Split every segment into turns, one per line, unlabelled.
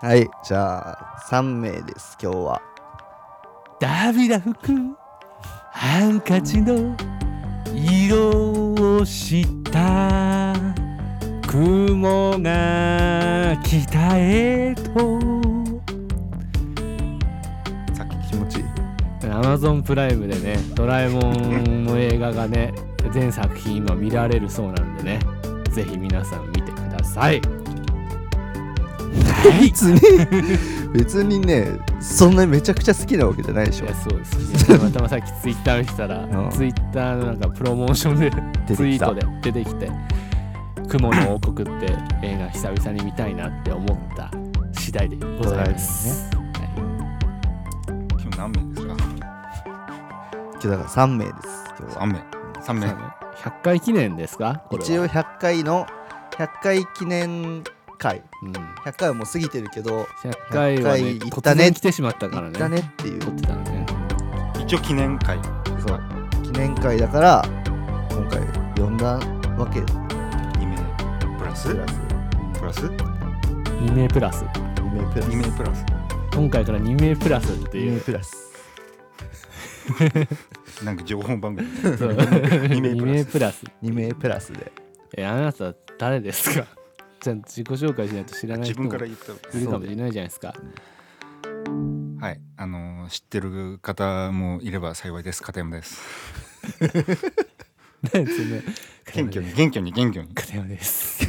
はいじゃあ3名です今日は
涙拭くハンカチの色をした雲が北へと
さっき気持ちいい
Amazon プライムでねドラえもんの映画がね全作品今見られるそうなんでねぜひ皆さん見てくださいはい
別に 別にねそんなにめちゃくちゃ好きなわけじゃないでし
い
ょ
やそうですたまたまさっきツイッター見てたら、
うん
ツイッターのなんかプロモーションで
出
ツ
て
イ
きた
ートで出てきて「雲の王国」って映画久々に見たいなって思った次第でございます、
今日何名ですか
今日だから3名です今日は
?3 名。3名。
はい、100回記念ですかこれは
一応100回の100回記念会
うん、
100回はもう過ぎてるけど
100回はね
100回行っ
突
たね
然来てしまったから
行っ
ね
たねっていう
撮ってたのね
一応記念会。
そう記念会だから今回呼んだわけです
2名プラス
プラス
プラス
2名プラス
2名プラス
?2 名プラス。
今回から2名プラスって
二
い
名
う
プラス
なんか情報番 組。
2
名プラス
名
2
プラス
名プラスで
えあなた誰ですか ちゃんと自己紹介しないと知らない
自
人
分
も
から言った。
いるかもしれないじゃないですか
はい。あのー、知ってる方もいれば幸いです。片山です。
何そんな
謙虚に、謙虚に、謙虚に。
片山です。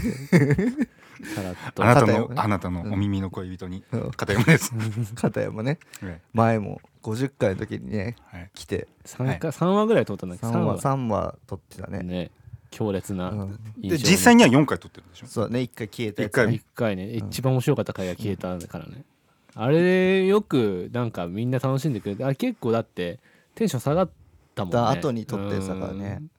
さ らっと
あなたの
片、山
あなたのお耳の恋人に
うん、
片山です。
片山ね
はい
前も50回の時にね
はい。
来て
三回三話ぐらい撮ったんだっけ
3
ど、三
話
話
3話撮ってたね
ね強烈な
うん
印象。
で、実際には4回撮ってるんでしょ
そうね1回消えたやつ
一回
一回ね一番面白かった回が消えたからね。あれよくなんかみんな楽しんでくれて、あれ結構だってテンション下がったもんね。
だ後に撮ってるさからね
うん。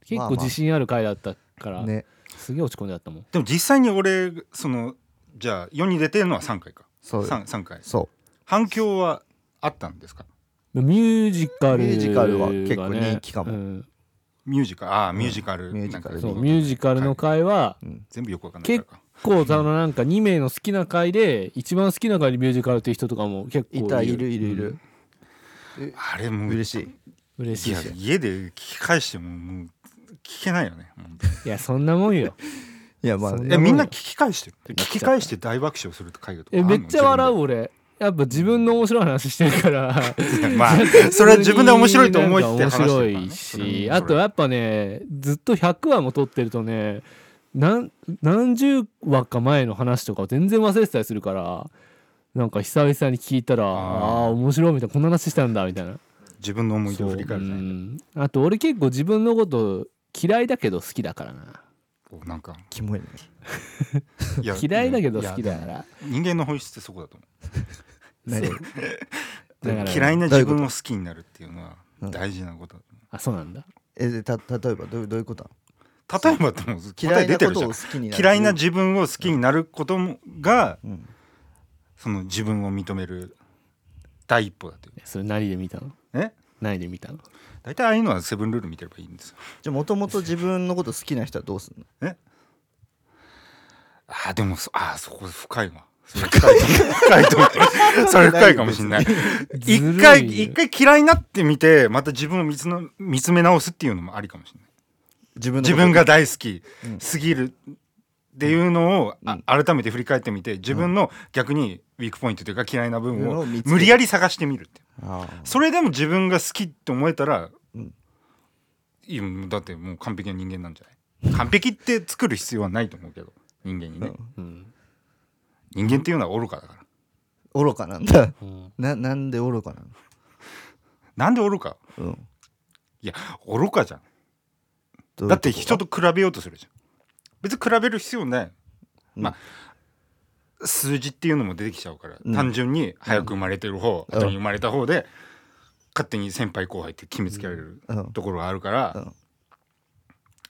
結
まあ
構
まあ
自信ある回だったから、
ね
すげえ落ち込んじゃったもん。
でも実際に俺、その、じゃあ世に出てるのは3回か。
そう
三三回。
そ
反響はあったんですか
ミュージカルがね、
ミュージカルは結構人気かも
うん
ミュージカル、ああ、ミュージカル。
ミュージカル
なんか
そうミュージカルの回は
う、うん、
全部よくわかんないからか。
結構そのなんか2名の好きな回で一番好きな回でミュージカルっていう人とかも結構いる
いたいるいるいる、
あれもう
嬉しい
嬉し
い
い
や
し
家で聞き返してももう聞けないよね本当に
いやそんなもん よ
いやまあ
そん
え
なも
み
よ
んな聞き返してる
なっ
聞
ちゃった
き返して大爆笑するって回とか
えめっちゃ笑う
う
俺やっぱ自分の面白い話してるから
まあ それは自分で面白いと思いって
なん
話し
か
てるからね
面白い
それ
し
は
あとやっぱねずっと100話も撮ってるとねなん何十話か前の話とかを全然忘れてたりするからなんか久々に聞いたらあ
あー
あー面白いみたいなこんな話したんだみたいな
自分の思い出を振り返る
う
じゃない
んあと俺結構自分のこと嫌いだけど好きだからな
おなんか
キモいね
いや
嫌いだけど好きだか
いや
ら
人間の本質ってそこだと思
何
だから
う嫌いな自分を好きになるっていうのは
うん
大事なことだと思
あそうなんだ
えでた例えばどうどういうことなの
う例えばでも
嫌
答え
い
出
な
て
こ
る
と
じ
を
ゃん
好きになる
嫌いな自分を好きになることもが
うん
その自分を認める第一歩だという
それ何で見たの
え
何で見たの
大体ああいうのはセブンルール見てればいいんですよ
じゃあもともと自分のこと好きな人はどうすんの
あーでもそあーそこ深いわ。それ深い深いと思う。それ深いかもしんない。
ず
一
る
回
いよ
一回嫌いになってみてまた自分を見つの見つめ直すっていうのもありかもしんない。
自分のこ
自
と
分が大好き
うん
すぎるっていうのを、あ改めて振り返ってみて自分の逆にウィークポイントというか嫌いな部分
うん
を
を見つける
無理やり探してみるって。
あ
それでも自分が好きって思えたら、
うん
いやだってもう完璧な人間なんじゃない。完璧って作る必要はないと思うけど人間にね。
うん、
人間っていうのは愚かだから。
あ愚かなんだ
うん
ななんで愚かな
なんで愚か
の、うん
いや愚かじゃん
どういうこと
だって人と比べようとするじゃん別に比べる必要ない、
うん
まあ数字っていうのも出てきちゃうから、
うん
単純に早く生まれてる方、
うん
後に生まれた方で勝手に先輩後輩って決めつけられる
うん
ところがあるから、
うん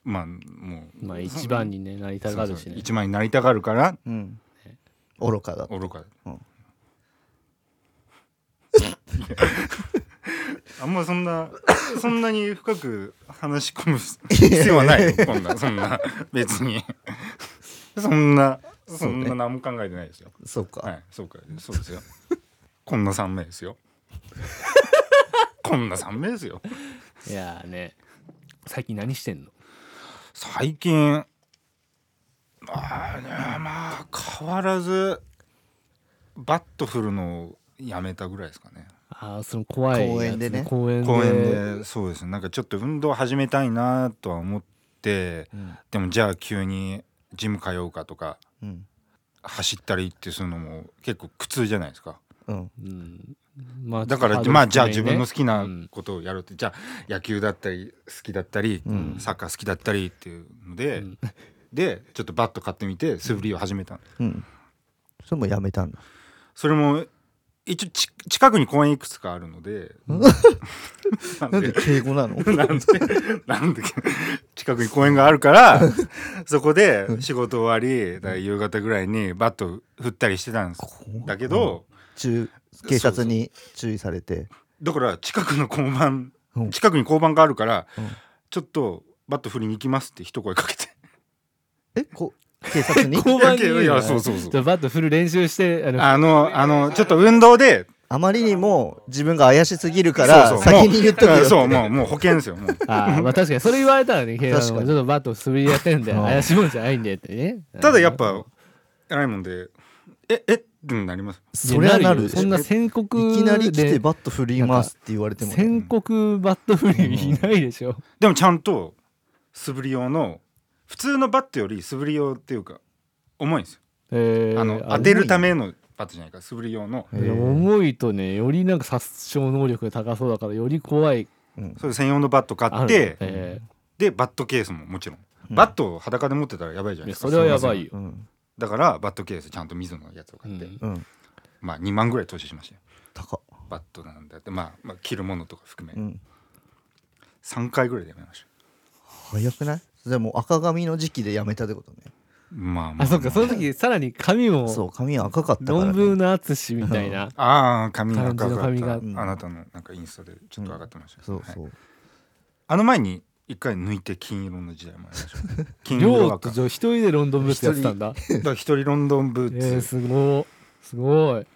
まあもう
まあ一番にねなりたがるし
そうそう
ね
一番になりたがるから
うん愚かだと
愚かだ、
うん
あんまそんなそんなに深く話し 込む必要はないよこんなそんな別にそんなそん
そう
な
ね
何も考えてないですよ。
そうか、
はい、そうか、そうですよ。こんな三名です よ。こんな三名ですよ。
いやーね最近何してんの
最近。まあね、まあ、変わらず。バット振るのをやめたぐらいですかね。
ああその怖いやつ
公園でね
公園で
公園で、そうですね。なんかちょっと運動始めたいなとは思って。
うん
でも、じゃあ、急にジム通うかとか。
うん
走ったりってするのも結構苦痛じゃないですか
うん
うんまあ
だから、
ハードル
まあじゃあ
高い
自
ね
分の好きな
うん
ことをやろうって、じゃあ野球だったり好きだったり、
うん
サッカー好きだったりっていうので、
うん
でちょっとバット買ってみて素振りを始めたの、
うんそれもやめたんだ
それも一応ち近くに公園いくつかあるので、な
なんんで
で
敬語なの
なんで なんで近くに公園があ るからそこで仕事終わりだから夕方ぐらいにバット振ったりしてたんですだけど、
中警察に注意されて
だから近くの交番、
うん
近くに交番があるから、
うん
ちょっとバット振りに行きますって一声かけて
えこ警察に
交番に言うの
いやそうそうそう
じゃあバット振る練習してあの
あのあのちょっと運動で
あまりにも自分が怪しすぎるから
そうそう
先に言っとくよ
あ
って
そうもうもう保険ですよもう
あーまあ確かにそれ言われたらね平 野
確か
も
に
ちょっとバット素振りやってんで
うん
怪しいもんじゃないんでってね
ただやっぱ偉いもんでええってなります
そりゃなるでしょ
そんな宣告
いきなり来て
で
バット振りますって言われてもね、
宣告バット振りいないでしょ
でもちゃんと素振り用の普通のバットより素振り用っていうか重いんですよ、
えー
あの当てるためのバットじゃないから素振り用の
え
いや重いとねよりなんか殺傷能力が高そうだからより怖い
うん
それ専用のバット買
あ
っ
る
て、
え
でバットケースももちろん、
うん
バットを裸で持ってたらやばいじゃ
ー
ないい
や
ですか
それはやばいよ
うん
だからバットケースちゃんと水野のやつを買って、
うん
うん
まあ2万ぐらい投資しましたよ
高っ
バットなんだってまあ、まあ、着るものとか含
う
め
ん
3回ぐらいでやめました
早くないでも赤髪の時期でやめたってことね
まあまあ、ま
あそっかその時さらに髪も
そう髪赤かったから、ね、
論文の淳みたいな
ああ髪が赤
感じの
かっ
髪
た
が
あなたのなんかインスタでちょっと上がってましたけ
そ
ど、
うそう、
はいあの前に一回抜いて金色の時代もありましたよ ね金色
亮
だ
っ
か
てじゃあ一人でロンドンブーツやってたんだ
だから一人ロンドンブ
え
ー
ー
ツ
すごいすごい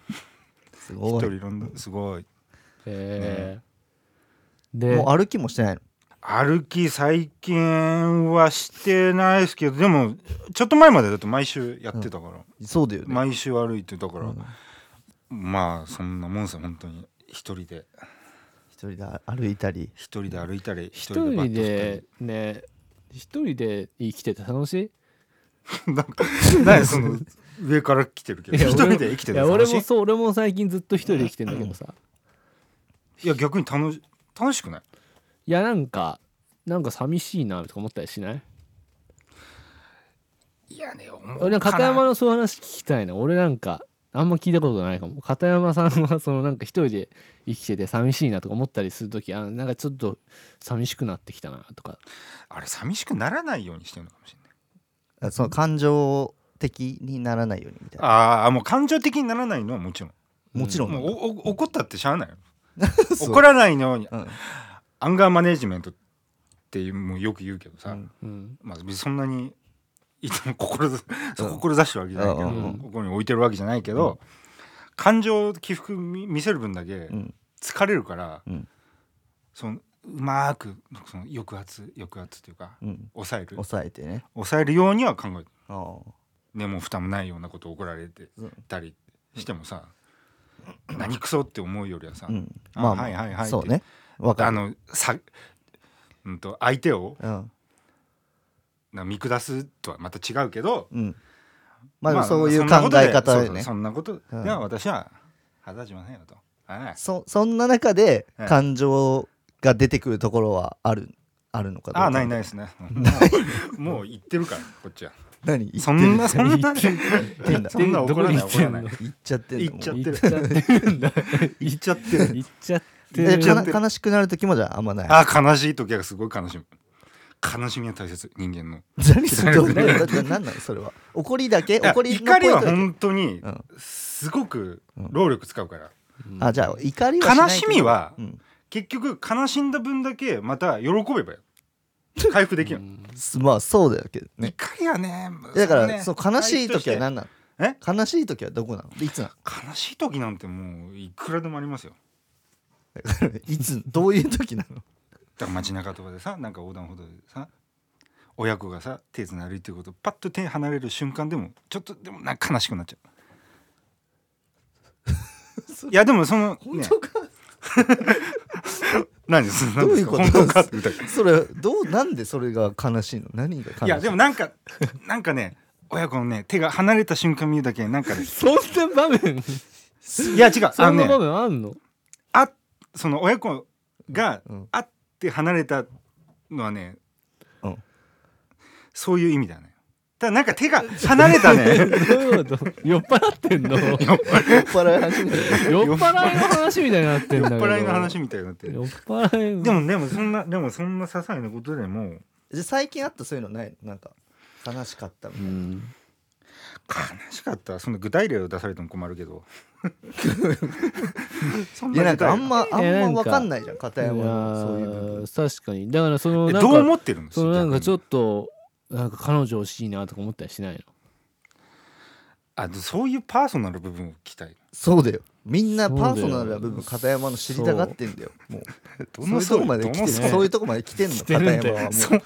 す
一
ごい
人ロンドンすごい
えーで
もう歩きもしてないの
歩き最近はしてないですけどでもちょっと前までだと毎週やってたから、
そうだよね、
毎週歩いてたから、
うん
まあそんなもんさ本当に一人で
一人で歩いたり
一人で歩いたり
一
バット
人
振っ
でね一人で生きてて楽しい
たり なんか何その上から来てるけど
いや
一
俺も
人で生きて
い
る
や
楽
俺
しい
もそう俺も最近ずっと一人で生きてんだけどさ
いや逆に楽し楽しくない
いやなんかなんか寂しいなとか思ったりしない
いやね思
俺なんか片山のそういう話聞きたいな俺なんかあんま聞いたことないかも片山さんはそのなんか一人で生きてて寂しいなとか思ったりする時あなんかちょっと寂しくなってきたなとか
あれ寂しくならないようにしてるのかもしれない
あその感情的にならないようにみたいな
ああもう感情的にならないのはもちろん
もちろん
もうおお怒ったってしゃあないよ
そう
怒らないように
うん
アンガーマネジメントっていうもうよく言うけどさ、
うん
うん
まあ、別にそんなにいつも志そう
うん
志してるわけじゃないけど、
うん
うん
ここに置いてるわけじゃないけど、感情を起伏み見せる分だけ
うん
疲れるから、
うん
そのうまーくその抑圧抑圧というか
うん
抑える
抑えてね
抑えるようには考えて
あ
ねもう負担もないようなことを怒られて
あ
たりしてもさ、何クソって思うよりはさ、
うん
あ
まあ
はいはいはい
そうねわか
あ
る
のさ、うん、と相手を
うん
な見下すとはまた違うけど、
うんまあでもそういう考え方で
そんなこと
ね
そんなこと
うん
では私は肌しませんよと。はい
そそんな中で
はい
感情が出てくるところはあるあるのかどうか
あないない
い
ですね。もうもう言ってるからこっちは。
何言ってる
そんなそんな
ってんだ
そんな怒らない
どこに行っ
怒
て
ら
んの
ない。
言っちゃってんの
言っちゃ
言っちゃってるんだ
言っちゃってる。
言っちゃって
え
る
かな悲しくなる時もじゃああんまない
あ悲しい時はすごい悲しむ。悲しみは大切人間の。
何それどういうことだ何なのそれは怒りだけ
いや
怒りの
怒りは
ポイントだけ
本当に
うん
すごく
うん
労力使うから。
あじゃあ怒りはしないけど
悲しみは
うん
結局悲しんだ分だけまた喜べばよ。回復できる
すまあそうだけどね
怒りはね
だから、
ね
その悲しい時は何なの
え
悲しい時はどこなのいつなの
悲しい時なんてもういくらでもありますよ
いつどういう時な の
だから街中とかでさなんか横断歩道でさ親子がさ手つな歩いてることパッと手離れる瞬間でもちょっとでもなんか悲しくなっちゃ ういやでもその、ね、
か、
何です
どういうこと
本当かって言ったら
それどうなんでそれが悲しいの何が悲しい
いやでもなんかなんかね親子のね手が離れた瞬間見るだけでなんかね
そんな場面
いや違うあ
そん
の
な場
ね
面あ んの
あその親子が
うん
会って離れたのは
うん
ね、そういう意味だねただなんか手が離れた
ど
ね
ういうこと酔っ払ってんの酔っ
酔っ払い始めてる
払いの話みたいになってん
酔っ
だけど
払いの話みたいになってる
酔っ払い
でもでもそんなでもそんな些細なことでも
じゃあ最近あったそういうのないのなんか悲しかったみ
う
たい
ん
悲しかったその具体例を出されても困るけどそ
ないやなんかあんまあ
いやなんん
ま
か
分かんないじゃん片山
いや
の
ー
そういう部分
確かにだからその
具体例
な
え
ん
どう
か
思ってるんです
そのなんかちょ
っ
っとなんか彼女欲しいなとか思ったりしないの
とあそういうパーソナル部分を期待
そうだよみんな
そうだ
パ
よ
ーソナルな部分片山の知りたがってんだよもう
ど
そういうとこまで来てる
層
そういうとこまで来てんの
来
片
てるんだよ
山はも
そう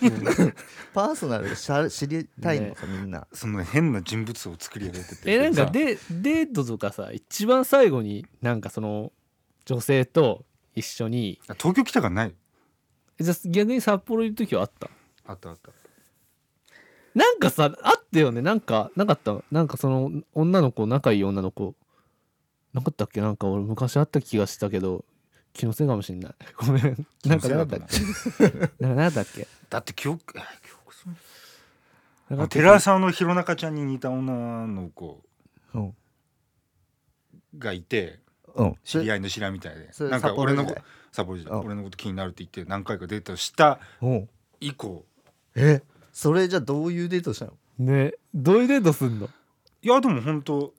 パーソナルがしゃ知りたいのかみんな
その変な人物を作り上げてて
えなんか
さ
デデートとかさ一番最後になんかその女性と一緒に
あ東京来たからない
じゃあ逆に札幌いる時はあった
あったあった
なんかさあったよねなんかなかったなんかその女の子仲いい女の子なかったっけなんか俺昔あった気がしたけど気のせいかもしんない ごめんなんかなかったっけなんかなかったっけ
だって記憶え記憶する
なかったっけ
寺澤の弘中ちゃんに似た女の子
うん
がいて
うん
知り
合い
合いの知らみたいで
それ
なんか
札幌
俺の
時
こ
代
札幌時代
うん
俺のこと気になるって言って何回かデートした
うん
以降
えそれじゃあどういうデートしたの
ねどういうデートすんの
いやでも本当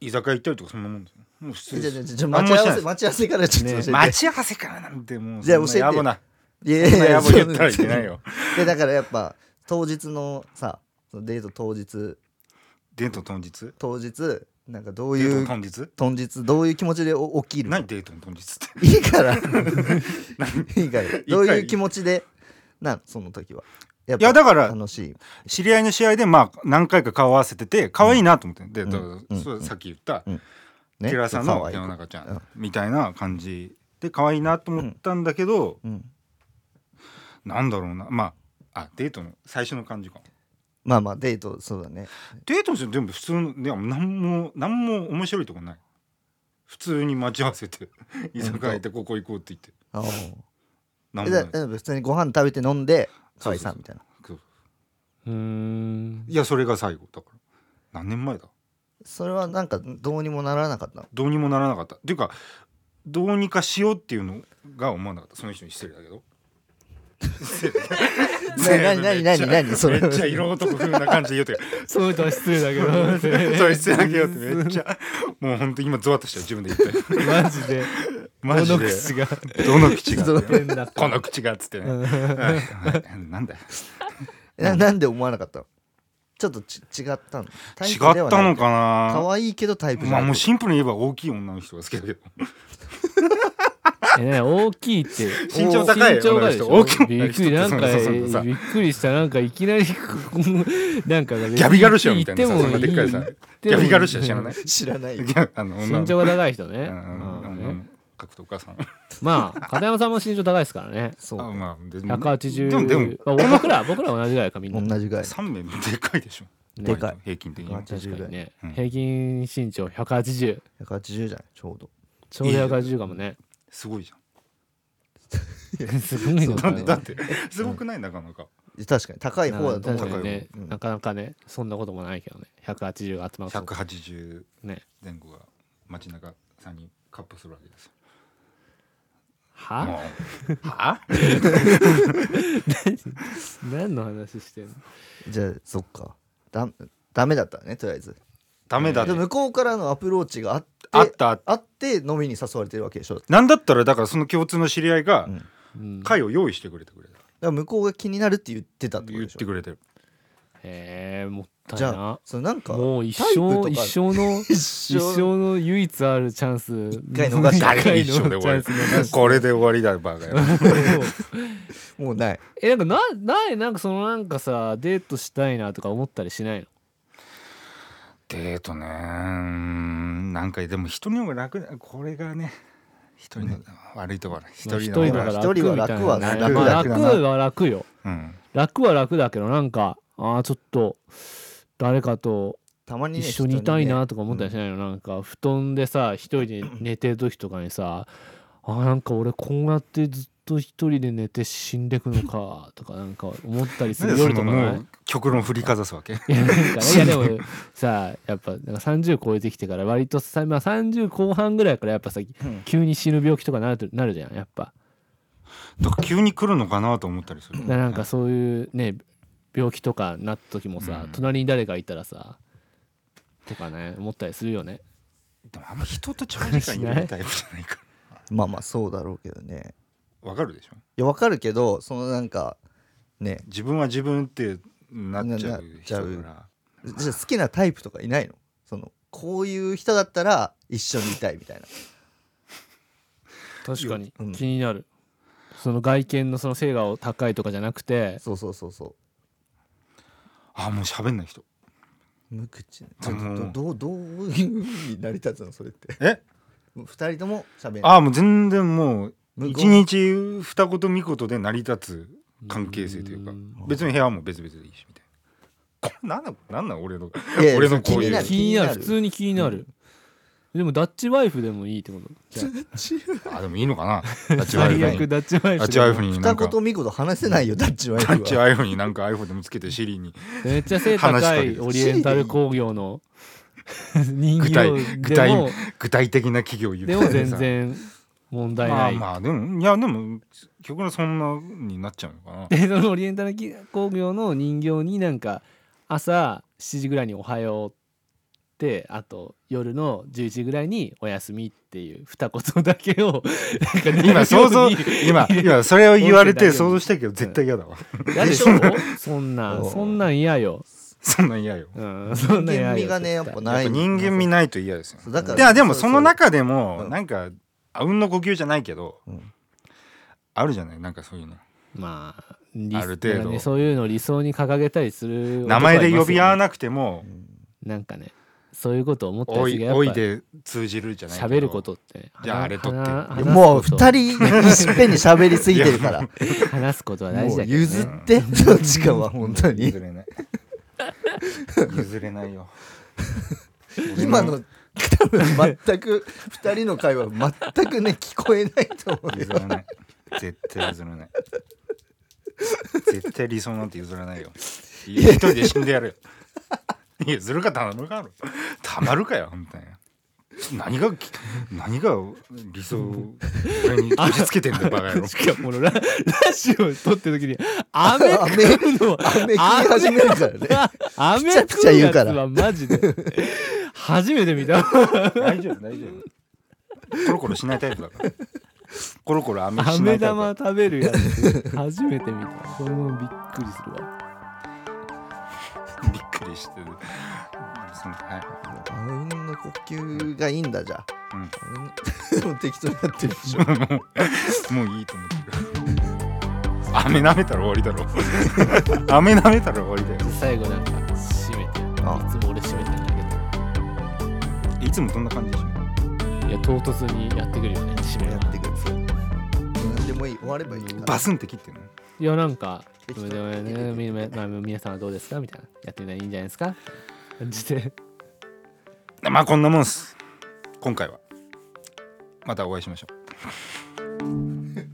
居酒屋行ったりとかそんなもんですよもう普
え
通
じゃあじゃあ
です
じゃあ
何
待
も
ち合
し
わ
な
せ
い
待ち合わせからちょっと教えて、
待ち合わせからなんてもう
じゃあ教えて
そんな野暮ない
やいや
そんない
や
野暮言ったらいけないよ
でだからやっぱ当日のさそのデート当日
デート当日
当日なんかどう
デ
い
ー
う
ト当日
当日どういう気持ちでお起きるの
何デートの当日って
いいからいいからどういう気持ちでなんその時はやっ
いやだから
楽しい
知り合いの試合でまあ何回か顔合わせてて可愛いなと思って、でだから
うん
そう
うん
さっき言った、
ね
寺さん
可
の
愛い
世の中ちゃんみたいな感じで可愛いなと思ったんだけど、
うん
なんだろうなまああデートの最初の感じか
まあまあデートそうだね
デートしてでも普通のでも何も何も面白いとこない普通に待ち合わせて居酒屋行ってここ行こうって言って
ああ
何
え
も
だ
な
だ
い
から普通にご飯食べて飲んで可
そうそうそ
愛さ
う
んみたいな
そう
うーん
いやそれが最後だから何年前だ
それはなんかどうにもならなかったの
どうにもならなかったっていうかどうにかしようっていうのが思わなかったその人に失礼だ けど
ななになになになにそ
め
れ
っちゃ色男風な感じで言うて
その人は失礼だけど
それ失礼だけどってめっちゃもうほんと今ゾワッとしたよ自分で言 って
マジで
マジ
この
で
口が
どの口が
どの
変だった
この口がっつってねはいはいなんだよ
な なんで思わなかったのちょっとち違ったのタ
違
イ
っ
プではな
た
い
のか
可
な
愛いけどタイプじ
ま
ゃ
あ
な
もう
い
シンプルに言えば大きい女の人が好きだけど
えね大きいって
身長高い
身長高いでしょ
大きい
びっくりなんか
そうそうそうそう
びっくりしたなんかいきなりこ うなんかギ
ギャビガルシアみたいなさそんなでっかいさギャビガルシア知らないい
知らないよ
あの女の
身長が高い人ね
うんうん
う
うんん
ね
女の格闘家さん
まあ片山さんも身長高いですからね
そう
あまあでも
180
でもでも
まあ僕ら僕ら同じぐらいかみんな
同じぐらい
3名もでかいでしょ
ね
でかい
平均的に
まあ
確かにね
うん
平均身長180
180じゃないちょうど
ちょうど180かもね
すごいじゃん
すごいの
だってだってすごくないなかなか
確かに高い方だと
確
思う
かにね
うん
なかなかねそんなこともないけどね180が集まると
180
ね
前後が街中さんにカップするわけですよ
は
もうは
何の話してんの
じゃあそっかだダメだったねとりあえず
ダメだ
で
ね
向こうからのアプローチがあって
あったあった
あって飲みに誘われてるわけでしょ
なんだったらだからその共通の知り合いが
うん
うん
会を用意してくれてくれた
ら向こうが気になるって言ってたってこと
言っ
でしてょ
くれてる
へえもったい
じゃ
な
あそのなんか
もう一
タイプと
生
か
一生 の
一
一生
生
の唯一あるチャンス
一回逃した
一回の
一生で終わ
チャン
り
ス
これで終わりだバカ野郎
もうない
えなんかなないなんかそのなんかさデートしたいなとか思ったりしないの
デートねうーんなんかでも一人の方が楽だこれがね一人の悪いところだ一人の方
だ
が
から一人は楽は
みたいな
楽
まあ
楽だな
楽は楽よ
うん
楽は楽だけどなんかああちょっと誰かと
たまにね
一緒にいた
人
い
にね
なとか思ったりしないの、なんか布団でさ一人で寝てる時とかにさあーなんか俺こうやってずっと一人で寝て死んでくのかとかなんか思ったりす
な
る
んでそ
夜と
の
か
も
ないう
極論振りかざすわけ
いや なんかねいやでもさやっぱなんか30超えてきてから割とさ、まあ、30後半ぐらいからやっぱさ
うん
急に死ぬ病気とかなるとなるじゃんやっぱ
だから急に来るのかなと思ったりする
だからなんかそういうね病気とかなった時もさ、
うん
隣に誰かいたらさとかね思ったりするよね
でもあんま人と長時間いるタイプじゃないから
まあまあそうだろうけどね
わかるでしょ
いやわかるけどそのなんかね
自分は自分ってなっちゃ
なな
う
っちゃう
人だから
じゃあ好きなタイプとかいないのそのこういう人だったら一緒にいたいみたいな
確かに
うん
気になる、その外見のその背が高いとかじゃなくて
そうそうそうそ
あもう喋んない人
う無口ね
あもう
どどどういうふうに成り立つのそれって
え
二人とも喋んない
あもう全然もう
向こ
一
う
日二言三言で成り立つ関係性というか
ん
別に部屋も別々でいいしみたいなこれなんだ なんなん俺の
いやいや
俺のこ
気
う
に
い
な
う
る
気になる普通に気になる、でもダッチワイフでもいいってことじゃあ
あでもいいのかな ダッチワ
最
イフ
悪
に
ダッチワイ
ダッ
フ
チ
で
ワ
も
イフになん
二
かダ
言三言話せないよダッチワイフ
ッチ
は
ワイフになんか iPhone でもつけてシリに
めっちゃ背高いオリエンタル工業の人形
具
でも
体具体的な企業言って
でも全然問題
ま
な
あ
い。
まあでもいやでも極論そんなになっちゃうの かな
でそのオリエンタル工業の人形になんか朝7時ぐらいに「おはよう」ってあと夜の11時ぐらいに「おやすみ」っていう二言だけを なんか
今想像
寝るように
今今それを言われて
音声だけ
想像したけど絶対嫌だわ
嫌でしょそんな
うん
んそんなん嫌よ。
そんなん嫌よ
うん、そんなん嫌
人
よ
間味がねやっぱ
絶
な
やっ
い
ぱ人間味ないと嫌ですよ
そうだから
いやでも
う
その中でも
うん
なんかあうんの呼吸じゃないけど
うん
あるじゃないなんかそういうの
対まあ理
ある程度
なんかねそういうのを理想に掲げたりする
名前で呼び合わ
な
なくても
なんかねそういうことを思
「
った
お
りす
い
るけど
お
や
い」
っぱ
で通じるじゃないけど
喋ることってね
じゃああれ撮って
話
うんもう
話すこ
二人いっぺんに喋りすぎてる から
と話すことは大
も
事だ
う
けど、ね、
譲 ってその時間は本当に
譲れない譲れない よ
今の多分全く2人の会話全くね聞こえないと思う
譲らない絶対譲らない絶対理想なんて譲らないよいや一人で死んでやるよいや譲るか頼むかやろたまるかよ本当に何が何が理想を俺に押し付けてんだよバカ野郎
しかもこのララジオ撮ってる時に雨
雨
降るのは
雨聞き始めるからね
雨
ちゃくちゃ
雨降る
言う
やつ
から
はマジで初めて見 た
大丈夫大丈夫コロコロしないタイプだからコロコロ雨しな
飴
いタイプ
玉食べるやつ 初めて見たこれもびっくりするわ
びっくりしてるそのはい
あうんの呼吸がいいんだじゃあ、
うん
うん、 もう適当になってるでしょ
もういいと思ってる。雨舐めたら終わりだろ。雨舐めたら終わりだよ。
最後なんか閉めてい
あ
つも俺閉めてんだ
いつもこんな感じでしょ。
けどいや唐突にやってくるよね閉める
や
の
ってくるそう何でもいい終わればいいから
バスンって切ってるの。
いやなんか
適
で
当
も
に
でもねみみまあ皆さんはどうですかみたいなやってみたらいいんじゃないですか感じで
まあこんなもんっす。今回は。またお会いしましょう。